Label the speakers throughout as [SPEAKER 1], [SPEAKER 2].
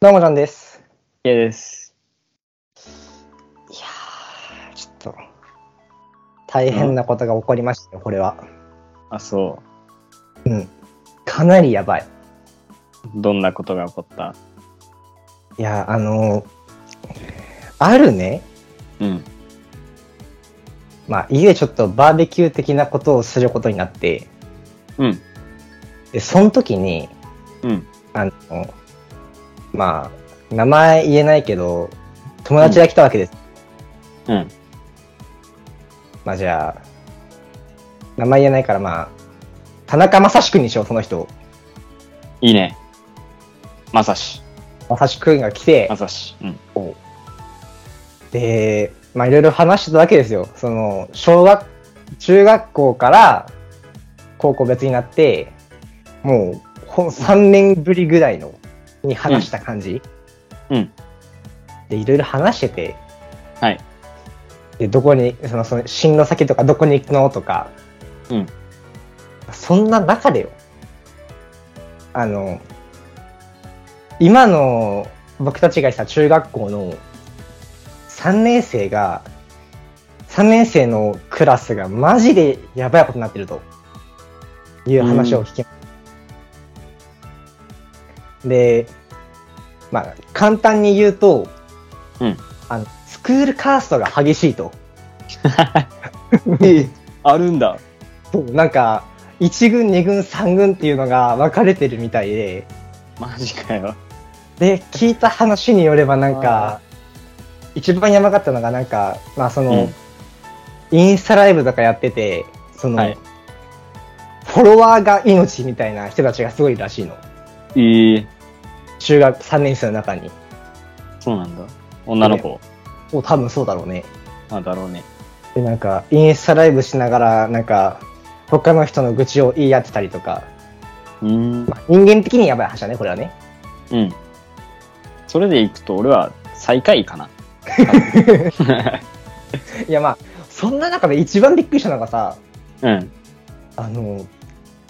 [SPEAKER 1] どうも、ジョンです。
[SPEAKER 2] いやです。
[SPEAKER 1] いやー、ちょっと、大変なことが起こりましたよ、これは。
[SPEAKER 2] あ、そ
[SPEAKER 1] かなりやばい。
[SPEAKER 2] う。どんなことが起こった
[SPEAKER 1] いやー、あのーあるね、
[SPEAKER 2] うん。
[SPEAKER 1] まあ、家でちょっとバーベキュー的なことをすることになって、
[SPEAKER 2] うん。
[SPEAKER 1] で、その時に、
[SPEAKER 2] うん。
[SPEAKER 1] あの、まあ、名前言えないけど、友達が来たわけです。
[SPEAKER 2] うん。
[SPEAKER 1] まあ、じゃあ、名前言えないから、まあ、田中正志くんにしよう、その人を。
[SPEAKER 2] いいね。まさし。
[SPEAKER 1] 正志くんが来て
[SPEAKER 2] ま、さし。うん。
[SPEAKER 1] で、まあいろいろ話してたわけですよ。その、小学、中学校から高校別になって、もうほん3年ぶりぐらいの、に話した感じ。
[SPEAKER 2] うん。
[SPEAKER 1] で、いろいろ話してて、
[SPEAKER 2] はい。
[SPEAKER 1] で、どこに、その、その進路先とかどこに行くのとか。
[SPEAKER 2] うん。
[SPEAKER 1] そんな中でよ。あの、今の僕たちがした中学校の3年生が、3年生のクラスがマジでやばいことになってるという話を聞きました。で、まあ、簡単に言うと、
[SPEAKER 2] うん
[SPEAKER 1] あのスクールカーストが激しいと。
[SPEAKER 2] あるんだ。
[SPEAKER 1] そうなんか、1軍、2軍、3軍っていうのが分かれてるみたいで、
[SPEAKER 2] マジかよ。
[SPEAKER 1] で、聞いた話によればなん
[SPEAKER 2] あ
[SPEAKER 1] か、一番やばかったのがなんか、まあその、
[SPEAKER 2] うん
[SPEAKER 1] インスタライブとかやってて、その、
[SPEAKER 2] はい
[SPEAKER 1] フォロワーが命みたいな人たちがすごいらしいの。
[SPEAKER 2] ええ
[SPEAKER 1] 中学3年生の中に。
[SPEAKER 2] そうなんだ。女の子。
[SPEAKER 1] もう多分そうだろうね。
[SPEAKER 2] まあ、だろうね。
[SPEAKER 1] で、なんか、インスタライブしながら、なんか、他の人の愚痴を言い合ってたりとか、
[SPEAKER 2] うーん。
[SPEAKER 1] まあ、人間的にやばい話だね、これはね。
[SPEAKER 2] うん。それで行くと、俺は最下位かな。
[SPEAKER 1] いや、まあ、そんな中で一番びっくりしたのがさ、
[SPEAKER 2] うん。
[SPEAKER 1] あの、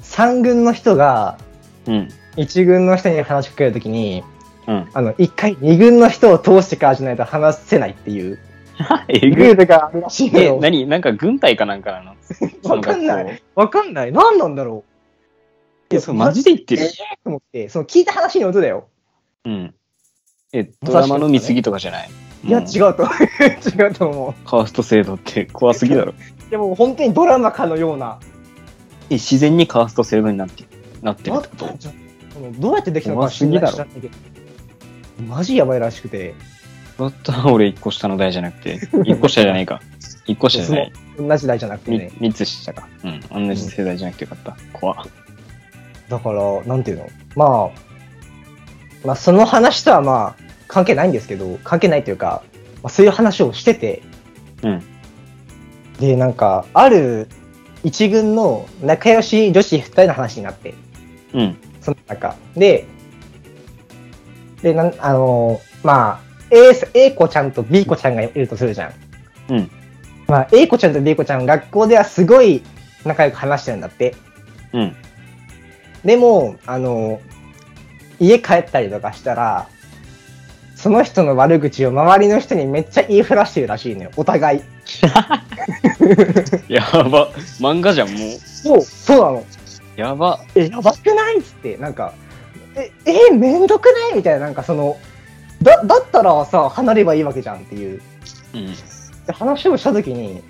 [SPEAKER 1] 3軍の人が、
[SPEAKER 2] うん。
[SPEAKER 1] 1軍の人に話しかけるときに、
[SPEAKER 2] うん。
[SPEAKER 1] あの、1回2軍の人を通してからじゃないと話せないっていう、
[SPEAKER 2] え
[SPEAKER 1] ル
[SPEAKER 2] ぐい。
[SPEAKER 1] ールがあるらしいの
[SPEAKER 2] え、
[SPEAKER 1] よ。
[SPEAKER 2] 何なんか軍隊かなんか なの
[SPEAKER 1] わかんな
[SPEAKER 2] その学
[SPEAKER 1] い。わかんない。何なんだろう。
[SPEAKER 2] 校え、それマジで言ってる
[SPEAKER 1] え。ーと思って、その聞いた話の音だよ。
[SPEAKER 2] うん。え、ドラマの見過ぎとかじゃない
[SPEAKER 1] いや、
[SPEAKER 2] もう
[SPEAKER 1] 違うと。 違うと思
[SPEAKER 2] カースト制度って怖すぎだろ。
[SPEAKER 1] う。でも、本当にドラマかのような。
[SPEAKER 2] え自然にカースト制度になってなってる
[SPEAKER 1] な
[SPEAKER 2] っ
[SPEAKER 1] って
[SPEAKER 2] こと
[SPEAKER 1] たんじゃんそのどうやってできたのか知らない
[SPEAKER 2] 怖すぎだ
[SPEAKER 1] 知らないけどマジやばいらしくて、
[SPEAKER 2] だったら俺1個下の代じゃなくて、1個 下じゃないか。1個下じゃない。
[SPEAKER 1] 同じ代じゃなくてね。
[SPEAKER 2] 3つ下か。うん、同じ世代じゃなくてよかった。怖っ
[SPEAKER 1] だから、なんていうのまあ、まあ、その話とはまあ、関係ないんですけど、関係ないというか、まあ、そういう話をしてて、
[SPEAKER 2] うん。
[SPEAKER 1] で、なんか、ある一軍の仲良し女子二人の話になって、
[SPEAKER 2] うん、
[SPEAKER 1] その中。で、で、なん、あのーまあ、A さ、A 子ちゃんと B 子ちゃんがいるとするじゃん。
[SPEAKER 2] うん。
[SPEAKER 1] まあ、A 子ちゃんと B 子ちゃん、学校ではすごい仲良く話してるんだって。
[SPEAKER 2] うん、
[SPEAKER 1] でも、あの、家帰ったりとかしたら、その人の悪口を周りの人にめっちゃ言いふらしてるらしいのよ、お互い。
[SPEAKER 2] やば。漫画じゃん、もう。
[SPEAKER 1] そう、そうなの。
[SPEAKER 2] やば。
[SPEAKER 1] え、やばくないっつって、なんか、え、え、めんどくないみたいな、なんかその、だ、だったらさ、離ればいいわけじゃんっていう。
[SPEAKER 2] うん。
[SPEAKER 1] で、話をしたときに、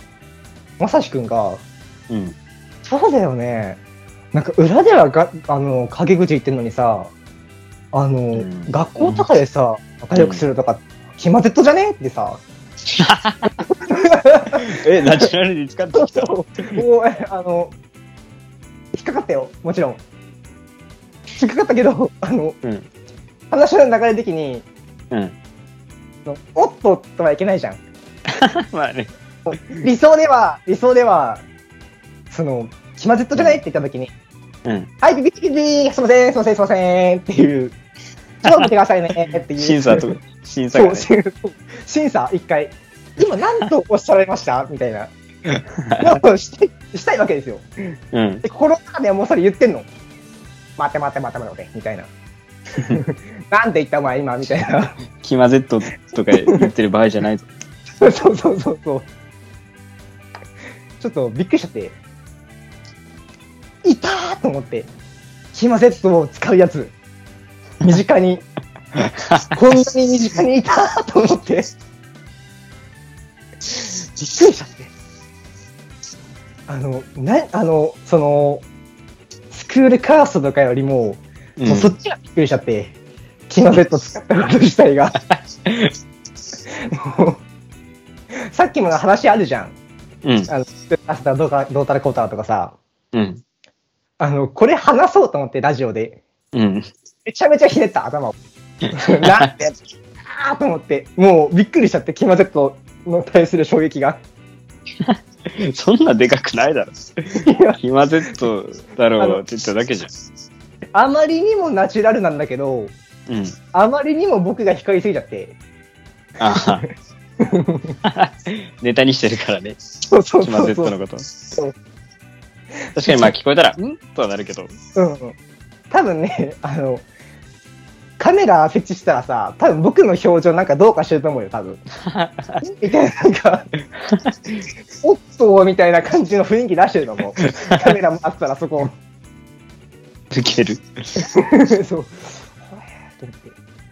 [SPEAKER 1] まさしくんが、
[SPEAKER 2] うん。
[SPEAKER 1] そうだよね。なんか裏ではがあの陰口言ってんのにさ、あの、
[SPEAKER 2] ん
[SPEAKER 1] 学校とかでさ、仲良くするとか、決まってったじゃねってさ、
[SPEAKER 2] え、ナチュラルに使ってきた。
[SPEAKER 1] もう、えあの、引っかかったよ、もちろん。引っかかったけど、あの、
[SPEAKER 2] うん
[SPEAKER 1] 話の流れ的に、
[SPEAKER 2] うん。
[SPEAKER 1] そのおっととはいけないじゃん。
[SPEAKER 2] まあね。
[SPEAKER 1] 理想では、理想では、その、決まってったじゃねって言った時に、
[SPEAKER 2] うん。
[SPEAKER 1] はい、ビビビビビ、すいません、すいません、すいませんっていう、ちょっと待ってくださいねっていう。
[SPEAKER 2] 審査と、審査
[SPEAKER 1] そう、
[SPEAKER 2] が、ね。
[SPEAKER 1] 審審査、一回。今、何とおっしゃられましたみたいな。なんかしたい、したいわけですよ。
[SPEAKER 2] うん。
[SPEAKER 1] で、心の中ではもうそれ言ってんの。待って待って待って待って、みたいな。なんて言ったお前今みたいな
[SPEAKER 2] キマゼットとか言ってる場合じゃないぞ。
[SPEAKER 1] そうそうそうそうちょっとびっくりしちゃっていたーと思ってキマセットを使うやつ身近にこんなに身近にいたーと思ってびっくりしちゃってあのなあのそのスクールカーストとかよりも
[SPEAKER 2] うん
[SPEAKER 1] もうそっちがびっくりしちゃって、キマベット使ったこと自体が。もうさっきも話あるじゃん。
[SPEAKER 2] うん。
[SPEAKER 1] あの、アスターどうかどうたらこうたらとかさ。
[SPEAKER 2] うん。
[SPEAKER 1] あの、これ話そうと思って、ラジオで。
[SPEAKER 2] うん。
[SPEAKER 1] めちゃめちゃひねった、 頭を。なんてやつあーと思って、もうびっくりしちゃって、キマゼットの対する衝撃が。
[SPEAKER 2] そんなでかくないだろ。
[SPEAKER 1] いや
[SPEAKER 2] キマゼットだろうって言っただけじゃ
[SPEAKER 1] あまりにもナチュラルなんだけど、
[SPEAKER 2] ん。うん。
[SPEAKER 1] あまりにも僕が光りすぎちゃって。
[SPEAKER 2] あ あ。ネタにしてるからね。
[SPEAKER 1] そうそう
[SPEAKER 2] キマ
[SPEAKER 1] そ
[SPEAKER 2] ゼ
[SPEAKER 1] う
[SPEAKER 2] ット
[SPEAKER 1] そ
[SPEAKER 2] の
[SPEAKER 1] う。
[SPEAKER 2] こと。
[SPEAKER 1] そう
[SPEAKER 2] 確かにまあ聞こえたら、んとはなるけど。
[SPEAKER 1] うん。多分ね、 あの、カメラ設置したらさ、多分僕の表情なんかどうかしてると思うよ、多分。みたいな、なんか、おっと、みたいな感じの雰囲気出してると思う。カメラもあったらそこ。
[SPEAKER 2] いける。
[SPEAKER 1] そう。ほえーと思って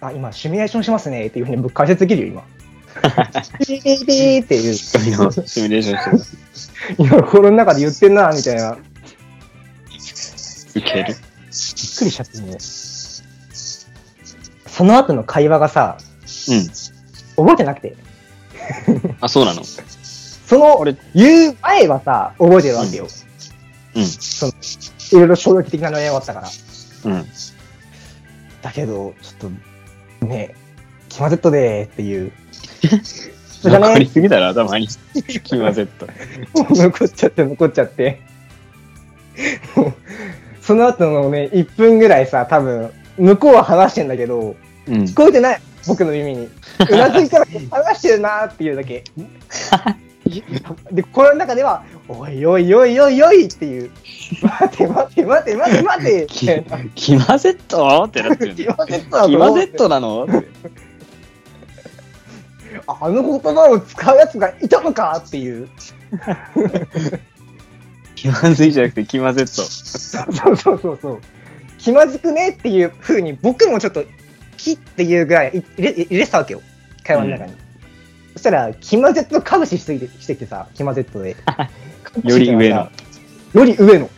[SPEAKER 1] あ、今、シミュレーションしますね、っていうふうに僕解説できるよ、今。ピーピーピーっていう。
[SPEAKER 2] 今、シミュレーションしてます
[SPEAKER 1] 今、心の中で言ってんな、みたいな。びっ
[SPEAKER 2] いける。
[SPEAKER 1] くりしちゃってもう。その後の会話がさ、
[SPEAKER 2] う
[SPEAKER 1] 覚えてなくて。
[SPEAKER 2] ん。あ、そうなの
[SPEAKER 1] その、
[SPEAKER 2] 俺、
[SPEAKER 1] 言う前はさ、覚えてるわけよ。
[SPEAKER 2] う
[SPEAKER 1] いろいろ衝撃的な内容があったから。
[SPEAKER 2] ん。うん。
[SPEAKER 1] だけど、ちょっと、ねえ、キマゼットでーって いう。それが
[SPEAKER 2] 残り
[SPEAKER 1] ね、
[SPEAKER 2] すぎだろ、頭に。キマゼット。
[SPEAKER 1] 残っちゃって残っちゃって。もうその後のね、1分ぐらいさ、多分、向こうは話してんだけど、
[SPEAKER 2] うん。
[SPEAKER 1] 聞こえてない僕の耳に。うなずいたら話してるなーっていうだけ。 で、心の中では、おいおいおいおいおいっていう、待て待て待て待て待て
[SPEAKER 2] キキマゼットってなってるんだ
[SPEAKER 1] キ
[SPEAKER 2] よ
[SPEAKER 1] マゼットだと
[SPEAKER 2] キ
[SPEAKER 1] 思
[SPEAKER 2] マ
[SPEAKER 1] っ
[SPEAKER 2] ゼ
[SPEAKER 1] て
[SPEAKER 2] ットな のって
[SPEAKER 1] あの言葉を使うやつがいたのかっていう。
[SPEAKER 2] 気まずいじゃなくてキマゼッ
[SPEAKER 1] そうそうそうそう。気まずくねっていうふうに僕もちょっと「き」っていうぐらい入れ入れてたわけよ会話の中に、そしたら「気まぜっと」かぶししてきてしてきてさ「気まぜっ とで」
[SPEAKER 2] より上の
[SPEAKER 1] より上の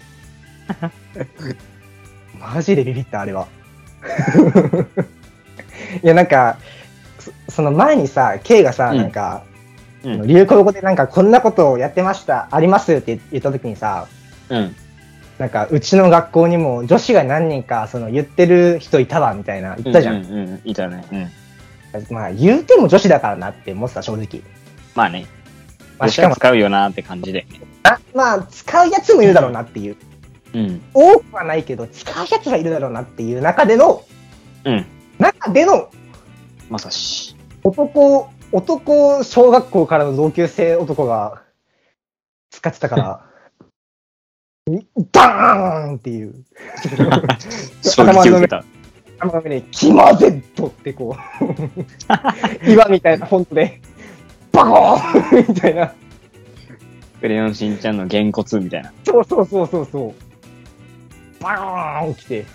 [SPEAKER 1] マジでビビったあれはいやなんかそその前にさ K がさ、
[SPEAKER 2] うん
[SPEAKER 1] なんか、
[SPEAKER 2] うん
[SPEAKER 1] あの流行語でなんかこんなことをやってましたありますって言った時にさ、
[SPEAKER 2] トうん
[SPEAKER 1] なんか、うちの学校にも女子が何人か、その、言ってる人いたわ、みたいな、言ったじゃん。
[SPEAKER 2] うんうんうんいたねうん
[SPEAKER 1] まあ、言うても女子だからなって思ってた、正直。
[SPEAKER 2] まあね
[SPEAKER 1] まあ、
[SPEAKER 2] し
[SPEAKER 1] しかも、
[SPEAKER 2] 使うよなって感じで
[SPEAKER 1] あまあ、使うやつもいるだろうなっていう。
[SPEAKER 2] うん
[SPEAKER 1] 多くはないけど、使うやつがいるだろうなっていう中での、
[SPEAKER 2] うん
[SPEAKER 1] 中での、
[SPEAKER 2] まさし
[SPEAKER 1] 男、男、小学校からの同級生男が、使ってたから、ダーンっていう。
[SPEAKER 2] 衝撃を受けた
[SPEAKER 1] あのね、キマゼットってこう、岩みたいなフォントで、バコーンみたいな。
[SPEAKER 2] クレヨンしんちゃんのげんこつみたいな
[SPEAKER 1] そうそうそうそうそう。バコーン来て、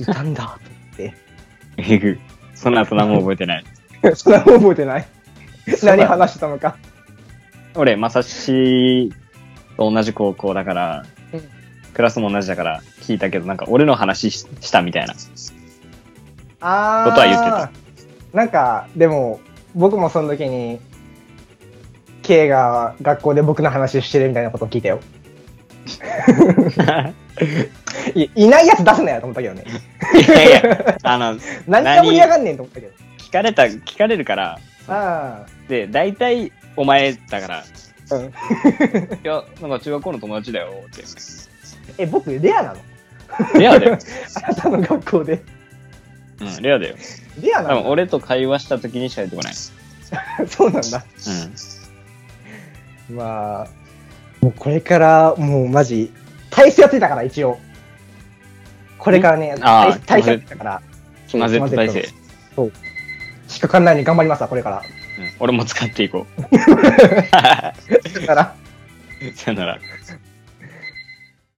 [SPEAKER 1] いたんだと思
[SPEAKER 2] えぐその後何も覚えてな
[SPEAKER 1] っ
[SPEAKER 2] い
[SPEAKER 1] て。 そんなの覚えてない。
[SPEAKER 2] うだ
[SPEAKER 1] 何話してたのか。
[SPEAKER 2] 俺まさしと同じ高校だから
[SPEAKER 1] うん
[SPEAKER 2] クラスも同じだから聞いたけどなんか俺の話ししたみた いな
[SPEAKER 1] あー
[SPEAKER 2] ことは言って
[SPEAKER 1] た。なんか、でも、僕もその時に、K が学校で僕の話してるみたいなことを聞いたよ。いいないやつ出すなよと思ったけど ね。
[SPEAKER 2] いやいやあの
[SPEAKER 1] 何が盛り上がんねんと思ったけど。
[SPEAKER 2] 聞かれた聞かれるから
[SPEAKER 1] あ
[SPEAKER 2] で大体お前だか
[SPEAKER 1] あ。
[SPEAKER 2] ら「
[SPEAKER 1] うん
[SPEAKER 2] いやなんか中学校の友達だよ」って
[SPEAKER 1] え、僕、レアなの
[SPEAKER 2] 「レアだよ」
[SPEAKER 1] あなたの学校で。
[SPEAKER 2] うん、レアだよ
[SPEAKER 1] レア
[SPEAKER 2] 多
[SPEAKER 1] な
[SPEAKER 2] 分
[SPEAKER 1] の
[SPEAKER 2] 俺と会話した時にしか出てこない、う
[SPEAKER 1] そうなんだ。
[SPEAKER 2] ん、
[SPEAKER 1] まあ、もうこれから、もうマジ、体勢はついたから、一応。これからね、
[SPEAKER 2] あ
[SPEAKER 1] 体体
[SPEAKER 2] ー
[SPEAKER 1] 勢はついたから、
[SPEAKER 2] スマゼット体制。
[SPEAKER 1] 引っかかんないように頑張りますわ、これから。
[SPEAKER 2] うん俺も使っていこう。
[SPEAKER 1] だから、
[SPEAKER 2] さよなら。